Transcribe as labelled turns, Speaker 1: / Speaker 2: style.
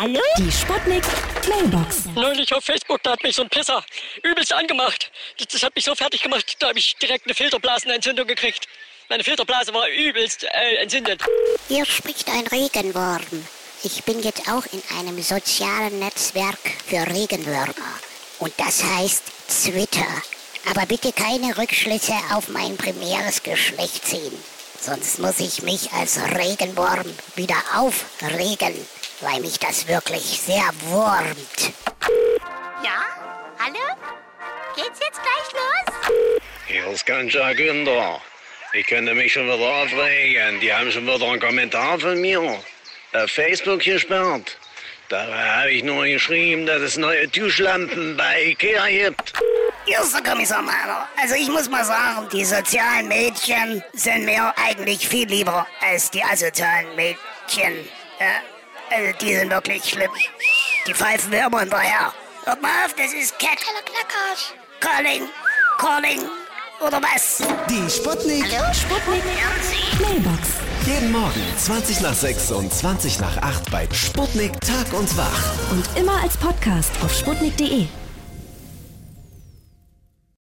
Speaker 1: Hallo?
Speaker 2: Die Sputnik Mailbox.
Speaker 3: Neulich auf Facebook, da hat mich so ein Pisser übelst angemacht. Das, das hat mich so fertig gemacht, da habe ich direkt eine Filterblasenentzündung gekriegt. Meine Filterblase war übelst äh, entzündet.
Speaker 1: Hier spricht ein Regenwurm. Ich bin jetzt auch in einem sozialen Netzwerk für Regenwürmer. Und das heißt Twitter. Aber bitte keine Rückschlüsse auf mein primäres Geschlecht ziehen. Sonst muss ich mich als Regenwurm wieder aufregen, weil mich das wirklich sehr wurmt.
Speaker 4: Ja? Hallo? Geht's jetzt gleich los?
Speaker 5: Hier ist ganz schön Günther. Ich könnte mich schon wieder aufregen. Die haben schon wieder einen Kommentar von mir auf Facebook gesperrt. Da habe ich nur geschrieben, dass es neue Tischlampen bei Ikea gibt.
Speaker 1: Hier ist der Kommissar Mahler. Also ich muss mal sagen, die sozialen Mädchen sind mir eigentlich viel lieber als die asozialen Mädchen. Ja? Also die sind wirklich schlimm. Die pfeifen mir immer hinterher. Hört mal auf, das ist Cat. Hallo Knackarsch. Calling, calling oder was?
Speaker 6: Die Sputnik.
Speaker 1: Hallo Sputnik.
Speaker 2: Mailbox.
Speaker 6: Jeden Morgen 20 nach 6 und 20 nach 8 bei Sputnik Tag und Wach.
Speaker 2: Und immer als Podcast auf sputnik.de.